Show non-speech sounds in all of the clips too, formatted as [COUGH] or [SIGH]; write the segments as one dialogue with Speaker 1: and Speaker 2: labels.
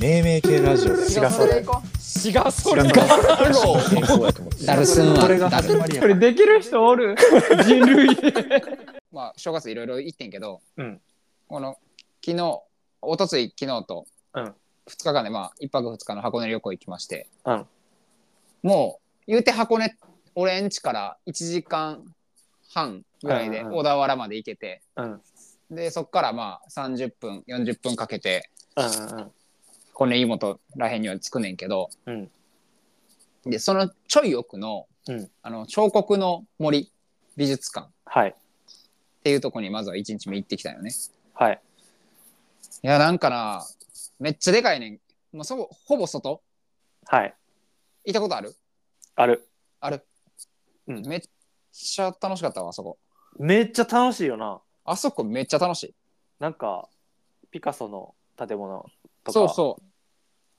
Speaker 1: 命名系ラジオだよ
Speaker 2: 違
Speaker 3: [LAUGHS]
Speaker 2: うそれ行こ
Speaker 4: 違うそれ
Speaker 1: 違う [LAUGHS]
Speaker 4: か
Speaker 1: 健康やと思って
Speaker 3: ダルスンは
Speaker 1: これが
Speaker 3: ダ
Speaker 1: 始
Speaker 3: ル
Speaker 1: まりや
Speaker 2: これできる人おる
Speaker 4: 人類
Speaker 3: まあ正月いろいろ行ってんけど、
Speaker 2: うん
Speaker 3: この昨日一昨日昨日と
Speaker 2: うん
Speaker 3: 2日間でまあ1泊2日の箱根旅行行きまして、
Speaker 2: うん
Speaker 3: もう言うて箱根俺ん家から1時間半ぐらいで
Speaker 2: うんうん
Speaker 3: 小田原まで行けて、
Speaker 2: うんうん
Speaker 3: でそっからまあ30分40分かけて
Speaker 2: うん
Speaker 3: 箱根湯本らへんには着くねんけど、
Speaker 2: うん
Speaker 3: でそのちょい奥の,、
Speaker 2: うん
Speaker 3: あの彫刻の森美術館っ
Speaker 2: はい
Speaker 3: ていうとこにまずは1日目行ってきたよね。
Speaker 2: はい
Speaker 3: いや、なんかな、めっちゃでかいねん。もうそこ、ほぼ外
Speaker 2: はい
Speaker 3: 行ったことある
Speaker 2: ある
Speaker 3: ある。
Speaker 2: うん
Speaker 3: めっちゃ楽しかったわ、あそこ。
Speaker 2: めっちゃ楽しいよな
Speaker 3: あそこめっちゃ楽しい。
Speaker 2: なんかピカソの建物とか
Speaker 3: そうそ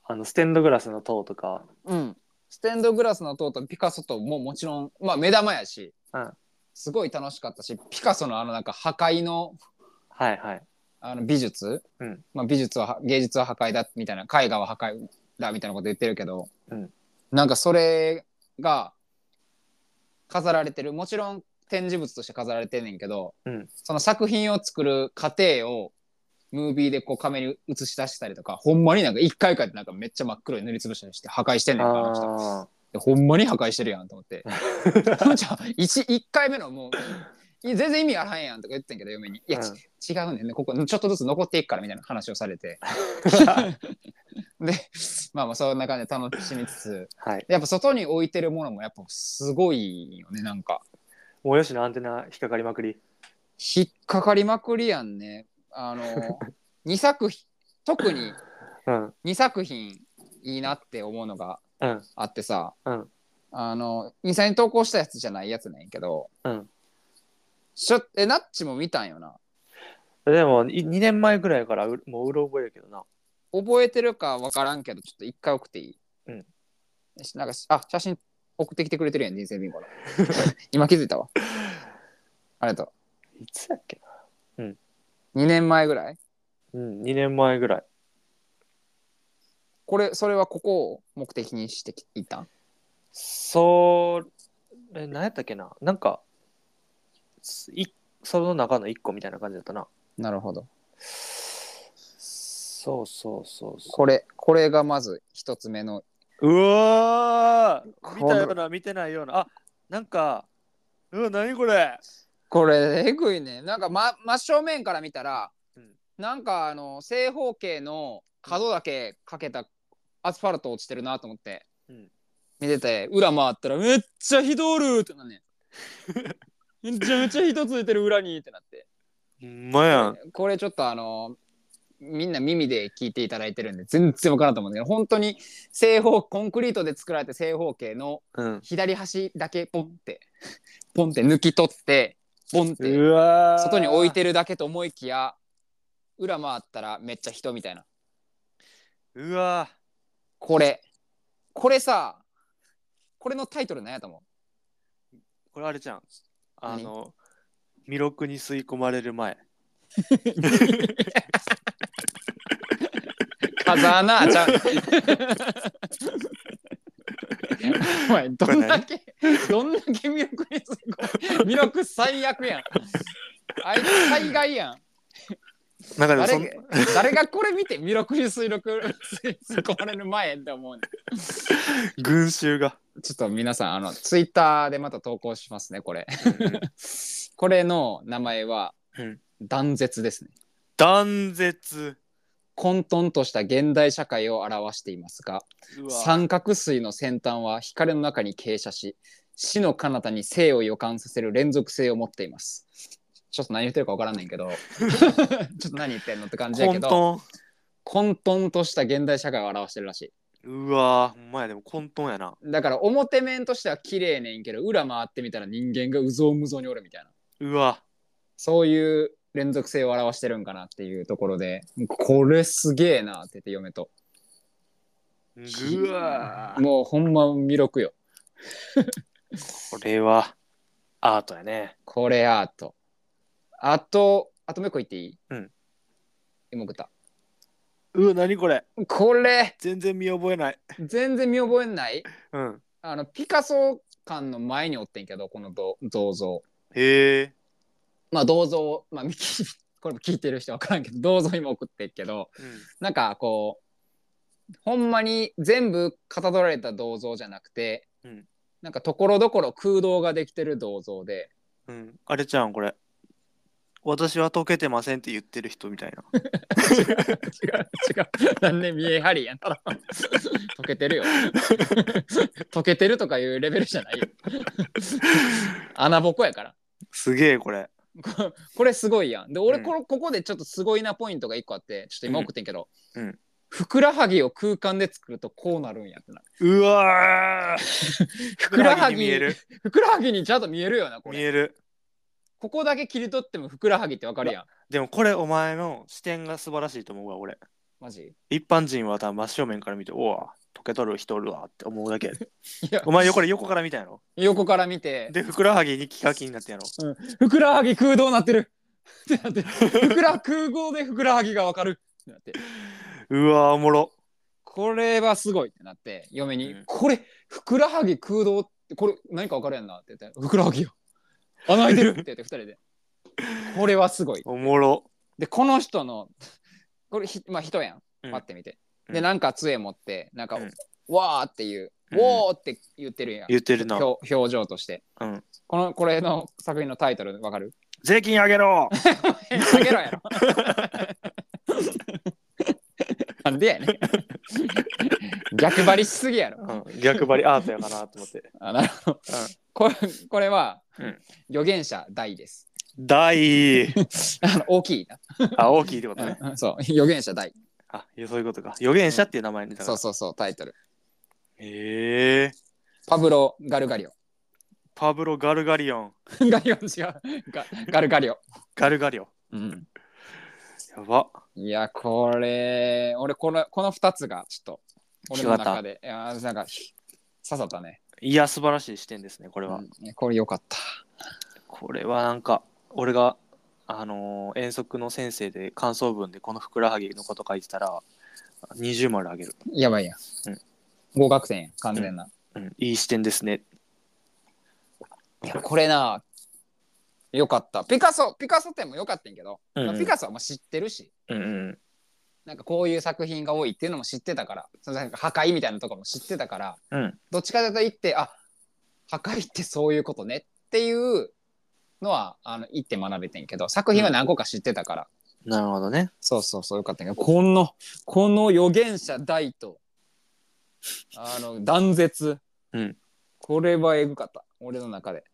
Speaker 2: あのステンドグラスの塔とか
Speaker 3: う。うん。ステンドグラスの塔とピカソとももちろん、まあ目玉やし、
Speaker 2: うん
Speaker 3: すごい楽しかったし、ピカソのあのなんか破壊の
Speaker 2: はいはい
Speaker 3: あの美術、
Speaker 2: うん
Speaker 3: まあ、美術は芸術は破壊だみたいな絵画は破壊だみたいなこと言ってるけど、
Speaker 2: うん
Speaker 3: なんかそれが飾られてるもちろん展示物として飾られてんねんけど、
Speaker 2: うん
Speaker 3: その作品を作る過程をムービーでこう画面に映し出したりとかほんまになんか一回一回ってなんかめっちゃ真っ黒に塗りつぶしたりして破壊してんねんかあの人
Speaker 2: あ
Speaker 3: でほんまに破壊してるやんと思
Speaker 2: [LAUGHS]
Speaker 3: って。じゃあ 1, 回目のもうい全然意味あらへんやんとか言ってんけど嫁に「いや、
Speaker 2: うん
Speaker 3: ち違うねんねここちょっとずつ残っていくから」みたいな話をされ
Speaker 2: [LAUGHS]
Speaker 3: てでまあまあそんな感じで楽しみつつ
Speaker 2: ーはい
Speaker 3: やっぱ外に置いてるものもやっぱすごいよねなんか
Speaker 2: もうよしのアンテナ引っかかりまくり
Speaker 3: 引っかかりまくりやんねあ
Speaker 2: [LAUGHS]
Speaker 3: の二作品特に
Speaker 2: うん
Speaker 3: 2作品いいなって思うのが
Speaker 2: うん
Speaker 3: あってさ、
Speaker 2: うん
Speaker 3: あのインスタに投稿したやつじゃないやつなんやけど、
Speaker 2: うん
Speaker 3: しょえナッチも見たんよな
Speaker 2: でもい2年前ぐらいからうもううろ覚えやけどな
Speaker 3: 覚えてるか分からんけどちょっと一回送っていい、
Speaker 2: うん
Speaker 3: しなんかしあ写真送ってきてくれてるやん人生
Speaker 2: [LAUGHS]
Speaker 3: ビンゴの今気づいたわありがと
Speaker 2: いつやっけ
Speaker 3: う2年前ぐらい
Speaker 2: なうん2年前ぐらい
Speaker 3: これそれはここを目的にしてきいたん
Speaker 2: それ何やったっけななんかすいその中の1個みたいな感じだったな
Speaker 3: なるほど
Speaker 2: そうそうそうそ
Speaker 3: これこれがまず一つ目の
Speaker 2: ううわー見
Speaker 3: こ
Speaker 2: た
Speaker 3: れ
Speaker 2: ような見てないようなあなんかうわ何これ
Speaker 3: これえぐいねなんか、ま、真正面から見たら、
Speaker 2: うん
Speaker 3: なんかあの正方形の角だけかけたアスファルト落ちてるなと思って、
Speaker 2: うん
Speaker 3: 見てて裏回ったらめっちゃひどるってなんね
Speaker 2: [LAUGHS]
Speaker 3: んめちゃめちゃ人ついてる裏にってなって
Speaker 2: ほんまやん
Speaker 3: これちょっとあのみんな耳で聞いていただいてるんで全然わからんと思うんだけど本当に正方コンクリートで作られた正方形の
Speaker 2: うん
Speaker 3: 左端だけポンってポンって抜き取ってポンって
Speaker 2: うわー
Speaker 3: 外に置いてるだけと思いきや裏回ったらめっちゃ人みたいな
Speaker 2: うわー
Speaker 3: これこれさこれのタイトル何やと思
Speaker 2: これあれじゃんあの魅力に吸い込まれる前
Speaker 3: う風穴
Speaker 2: [LAUGHS]
Speaker 3: ちゃんお前どんだけどんだけ魅力にすごい魅力最悪やんあいつ災害やん
Speaker 2: なんかで
Speaker 3: 誰
Speaker 2: もそん
Speaker 3: が誰がこれ見て魅力に [LAUGHS] 水力吸い込まれる前って思うねん
Speaker 2: 群衆が
Speaker 3: ちょっと皆さん、あの、ツイッターでまた投稿しますね、これ。 [LAUGHS] これの名前は
Speaker 2: うん、
Speaker 3: 断絶ですね。
Speaker 2: 断絶
Speaker 3: 混沌とした現代社会を表していますが、
Speaker 2: うわ
Speaker 3: 三角錐の先端は光の中に傾斜し、死の彼方に生を予感させる連続性を持っています。ちょっと何言ってるかわからないけ
Speaker 2: [LAUGHS]
Speaker 3: ど、ちょっと何言ってんのって感じやけ
Speaker 2: 混
Speaker 3: ど、
Speaker 2: 沌
Speaker 3: 混沌とした現代社会を表してるらしい。
Speaker 2: うわーほんまやでも混沌やな
Speaker 3: だから表面としては綺麗ねんけど、裏回ってみたら人間がうぞうむぞうにおるみたいな。
Speaker 2: うわ
Speaker 3: そういう連続性を表してるんかなっていうところで、これすげえなって言って嫁と。
Speaker 2: うわー
Speaker 3: もうほんま魅力よ。
Speaker 2: これはアートやね
Speaker 3: これアート。あと、あともう一個言っていい
Speaker 2: うん。
Speaker 3: え、もう食った。
Speaker 2: うわ何これ
Speaker 3: これ
Speaker 2: 全然見覚えない
Speaker 3: 全然見覚えない
Speaker 2: うん
Speaker 3: あのピカソ館の前におってんけどこの銅銅像
Speaker 2: へえ
Speaker 3: まあ銅像、まあ、み [LAUGHS] これも聞いてる人分からんけど銅像にも送ってんけどなんかこうほんまに全部かたどられた銅像じゃなくて、
Speaker 2: うん
Speaker 3: なんかところどころ空洞ができてる銅像
Speaker 2: [LAUGHS]
Speaker 3: で
Speaker 2: うん、うん、あれちゃんこれ私は溶けてませんって言ってる人みたい [LAUGHS] な
Speaker 3: 違う違う何で見え張りやんただ溶けてるよ溶けてるとかいうレベルじゃないよ穴ぼこやから
Speaker 2: すげえこれ
Speaker 3: ここれすごいやんで俺
Speaker 2: うん
Speaker 3: これ、ここでちょっとすごいなポイントが一個あってちょっと今送ってんけど、
Speaker 2: うんうん
Speaker 3: ふくらはぎを空間で作るとこうなるんやってな
Speaker 2: うわー
Speaker 3: ふ
Speaker 2: ふくらはぎに見える
Speaker 3: ふくらはぎにちゃんと見えるよなこ
Speaker 2: 見
Speaker 3: れ
Speaker 2: える
Speaker 3: ここだけ切り取ってもふくらはぎってわかるやん
Speaker 2: でもこれお前の視点が素晴らしいと思うわ俺
Speaker 3: マジ
Speaker 2: 一般人は多分真正面から見ておわ溶けとる人おるわって思うだ [LAUGHS] け
Speaker 3: いや
Speaker 2: お前よこれ横から見たやろ
Speaker 3: 横から見て
Speaker 2: でふくらはぎに気が気になってやろ
Speaker 3: ふくらはぎ空洞なってる [LAUGHS] ってなってふくら空洞でふくらはぎがわかるってなって
Speaker 2: うわーおもろ
Speaker 3: これはすごいってなって嫁に「
Speaker 2: うん
Speaker 3: これふくらはぎ空洞ってこれ何かわかるやんな」って言って「ふくらはぎよ穴開いてる」って言って2人でこれはすごい
Speaker 2: おもろ
Speaker 3: でこの人のこれひまあ人やん
Speaker 2: うん
Speaker 3: 待ってみて、
Speaker 2: うん
Speaker 3: でなんか杖持ってなんか「
Speaker 2: うん
Speaker 3: わー」っていう「
Speaker 2: うん
Speaker 3: おー」って言ってるやん、
Speaker 2: 言ってるな
Speaker 3: 表表情として
Speaker 2: うん
Speaker 3: このこれの作品のタイトルわかる
Speaker 2: 税金上
Speaker 3: [LAUGHS]
Speaker 2: げろ
Speaker 3: 下げろやろ。
Speaker 2: [LAUGHS]
Speaker 3: なんでやねん。逆張りしすぎやろ。
Speaker 2: うん逆張りアートやかなと思って
Speaker 3: あなるほど
Speaker 2: うん
Speaker 3: これこれは、
Speaker 2: うん
Speaker 3: 預言者大です。
Speaker 2: [LAUGHS] 大
Speaker 3: あの大きいな、
Speaker 2: あ大きいってことね
Speaker 3: うんそう、預言者大。
Speaker 2: あいやそういうことか預言者っていう名前に
Speaker 3: そうそうそう、タイトル。
Speaker 2: へえー、
Speaker 3: パブロ・ガルガリオ。 [LAUGHS]
Speaker 2: パブロ・ガルガリオン
Speaker 3: ガリオン違う。ガガルガリオ。
Speaker 2: ガルガリオン
Speaker 3: うん、
Speaker 2: やば
Speaker 3: いや、これ、俺この、この2つがちょっと、俺の中で、いやなんか、ひ刺さったね。
Speaker 2: いや素晴らしい視点ですねこれは、
Speaker 3: うんこれよかった。
Speaker 2: これはなんか俺があのー遠足の先生で感想文でこのふくらはぎのこと書いてたら20丸あげる、
Speaker 3: やばいやん。
Speaker 2: うん
Speaker 3: 合格点やん完全な。
Speaker 2: うん、いい視点ですね
Speaker 3: いやこれな、よかった。ピカソ、ピカソ展もよかったんやけど、
Speaker 2: うん
Speaker 3: まあピカソはもう知ってるし、
Speaker 2: うんうん
Speaker 3: なんかこういう作品が多いっていうのも知ってたから、そのなんか破壊みたいなとこも知ってたから、
Speaker 2: うん
Speaker 3: どっちかというと言って、あ破壊ってそういうことねっていうのはあの言って学べてんけど、作品は何個か知ってたから、
Speaker 2: なるほどね
Speaker 3: そうそうそうよかったんやけど、この、この預言者大と、あの、断絶。
Speaker 2: うん
Speaker 3: これはエグかった。俺の中で。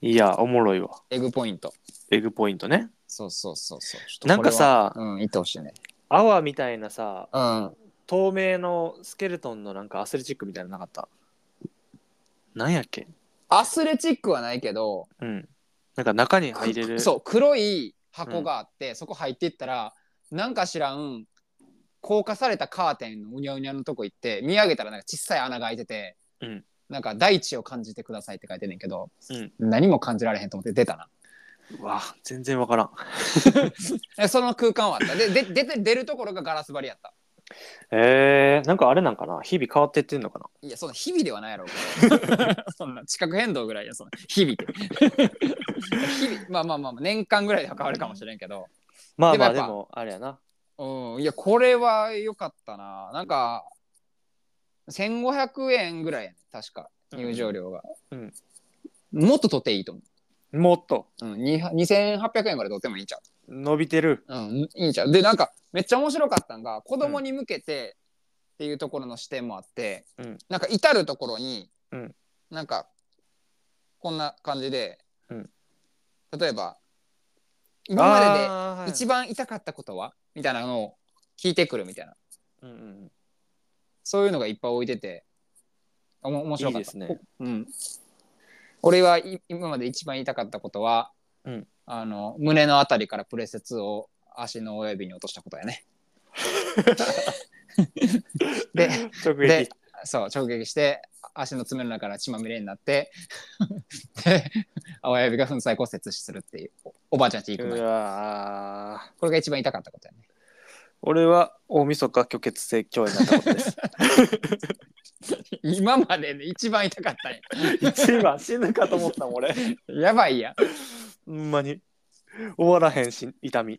Speaker 2: いやおもろいわ
Speaker 3: エグポイント。
Speaker 2: エグポイントね
Speaker 3: そうそうそうそう。ちょっと
Speaker 2: なんかさ
Speaker 3: これは、うん、言ってほしいね。
Speaker 2: 泡みたいなさ
Speaker 3: うん。
Speaker 2: 透明のスケルトンのなんかアスレチックみたいなのなかったなんやっけ
Speaker 3: アスレチックはないけど、
Speaker 2: うんなんか中に入れる [LAUGHS]
Speaker 3: くそう、黒い箱があって、そこ入っていったら、なんか知らん、硬化されたカーテンのうにゃうにゃのとこ行って、見上げたらなんか小さい穴が開いてて、
Speaker 2: うん
Speaker 3: なんか大地を感じてくださいって書いてんねんけど、
Speaker 2: うん
Speaker 3: 何も感じられへんと思って出たな。
Speaker 2: うわ全然わからん
Speaker 3: えその空間はあった。で、で出て出るところがガラス張りやった。
Speaker 2: えー、なんかあれなんかな日々変わってってんのかない
Speaker 3: や、そんな日々ではないやろ、これ [LAUGHS] そんな地殻変動ぐらいや、そんな日々って。日々、まあまあまあ、年間ぐらいでは変わるかもしれんけど。
Speaker 2: まあまあ
Speaker 3: で
Speaker 2: で
Speaker 3: もやっぱ
Speaker 2: もあれやな
Speaker 3: うん、いや、これは良かったな。なんか、1500円ぐらいやね、確か、入場料が。
Speaker 2: うん
Speaker 3: もっと取っていいと思
Speaker 2: もっと
Speaker 3: う。うん、に2800円ぐらい取ってもいいんちゃう。
Speaker 2: 伸びてる
Speaker 3: うん、いいんちゃう。で、なんか、めっちゃ面白かったんが、子供に向けてっていうところの視点もあって、
Speaker 2: うん
Speaker 3: なんか、至るところに、
Speaker 2: うん
Speaker 3: なんか、こんな感じで、
Speaker 2: うん
Speaker 3: 例えば、今ま
Speaker 2: あー
Speaker 3: で
Speaker 2: は
Speaker 3: で
Speaker 2: い
Speaker 3: 一番痛かったことは、みたいなのを聞いてくるみたいな、
Speaker 2: うんうん
Speaker 3: そういうのがいっぱい置いてて、おも面白かった。
Speaker 2: いいですね
Speaker 3: おうん、俺はい今まで一番痛かったことは、
Speaker 2: うん
Speaker 3: あの胸のあたりからプレセツを足の親指に落としたことや
Speaker 2: [LAUGHS]
Speaker 3: ね。で
Speaker 2: 直
Speaker 3: で
Speaker 2: 撃
Speaker 3: そう直撃して足の爪の中から血まみれになって [LAUGHS] で親指が粉砕骨折するっていうおおばあちゃんち行く
Speaker 2: う
Speaker 3: 前こ
Speaker 2: わ
Speaker 3: れが一番痛かったことやね。
Speaker 2: ー俺は大晦日虚血性腸炎になったことです。
Speaker 3: [LAUGHS] 今までで一番痛かったんや
Speaker 2: 一番死ぬかと思ったもん俺。
Speaker 3: やばいやん。
Speaker 2: ほんまに。終わらへんし痛
Speaker 3: [LAUGHS]
Speaker 2: み。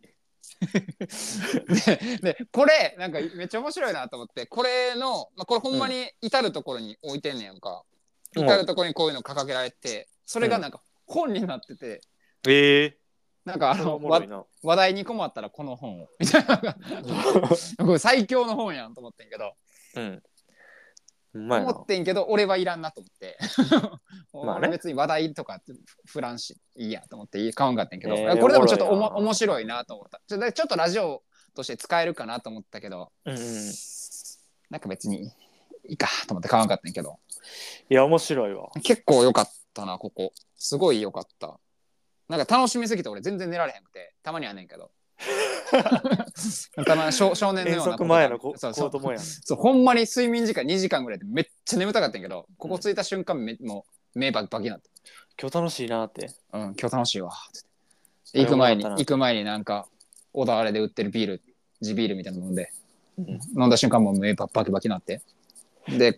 Speaker 3: ででこれなんかめっちゃ面白いなと思ってこれの、まあ、これほんまに至る所に置いてんねやんか、
Speaker 2: うん
Speaker 3: 至る所にこういうの掲げられてそれがなんか本になってて、
Speaker 2: ええ
Speaker 3: なんかあ
Speaker 2: ー。
Speaker 3: の
Speaker 2: おもろい
Speaker 3: わ
Speaker 2: な。
Speaker 3: 話題に困ったらこの本をみたい
Speaker 2: [LAUGHS]
Speaker 3: なこれ最強の本やんと思ってんけど
Speaker 2: うん。うまい
Speaker 3: 思
Speaker 2: な。
Speaker 3: ってんけど俺はいらんなと思って
Speaker 2: [LAUGHS] まあ
Speaker 3: 俺
Speaker 2: ね
Speaker 3: 別に話題とかフランシいいやと思って買わんかったんやけど、
Speaker 2: えー
Speaker 3: これでもちょっとおも
Speaker 2: おもろいな
Speaker 3: 面白いなと思ったちょでちょっとラジオとして使えるかなと思ったけど
Speaker 2: うんうん。い
Speaker 3: なんか別にいいかと思って買わなかったんやけど
Speaker 2: や面白いわ。
Speaker 3: 結構良かったなここすごい良かったなんか楽しみすぎて俺全然寝られへんくてたまにはねんけどたまに
Speaker 2: [LAUGHS]
Speaker 3: 少少年のよう
Speaker 2: 遠
Speaker 3: な
Speaker 2: 足前のこ
Speaker 3: そうそ
Speaker 2: 子
Speaker 3: う
Speaker 2: 供やん。
Speaker 3: そうほんまに睡眠時間2時間ぐらいでめっちゃ眠たかったんやけどここ着いた瞬間めもう目バキバキになって
Speaker 2: 今日楽しいなって。
Speaker 3: 「うん今日楽しいわ」つって行く前に
Speaker 2: よかったな
Speaker 3: 行く前になんか小田原で売ってるビール地ビールみたいなの飲んで
Speaker 2: うん
Speaker 3: 飲んだ瞬間もう目ババキバキになってで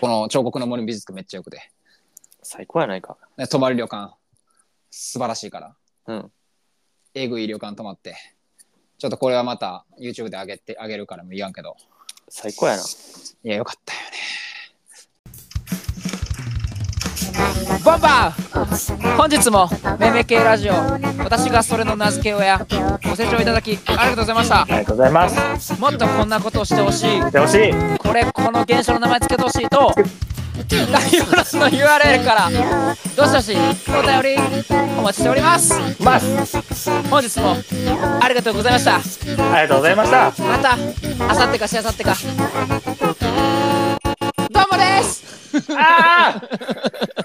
Speaker 3: この彫刻の森美術館めっちゃよくて
Speaker 2: 最高やないか。
Speaker 3: で泊まる旅館素晴らしいから
Speaker 2: うん。
Speaker 3: えぐい旅館泊まってちょっとこれはまた YouTube で上げてあげるからもう言わんけど
Speaker 2: 最高やな。
Speaker 3: いやよかったよね
Speaker 4: ボンバー本日もめめ系ラジオ私がそれの名付け親ご清聴いただきありがとうございました
Speaker 2: ありがとうございます。
Speaker 4: もっとこんなことをしてほしい
Speaker 2: てほしい。
Speaker 4: これこの現象の名前つけてほしいと概要欄の URL からどしどしお便りお待ちしておりますます本日もありがとうございました
Speaker 2: ありがとうございました。
Speaker 4: またあさってかしあさってかどうもです
Speaker 2: ああ。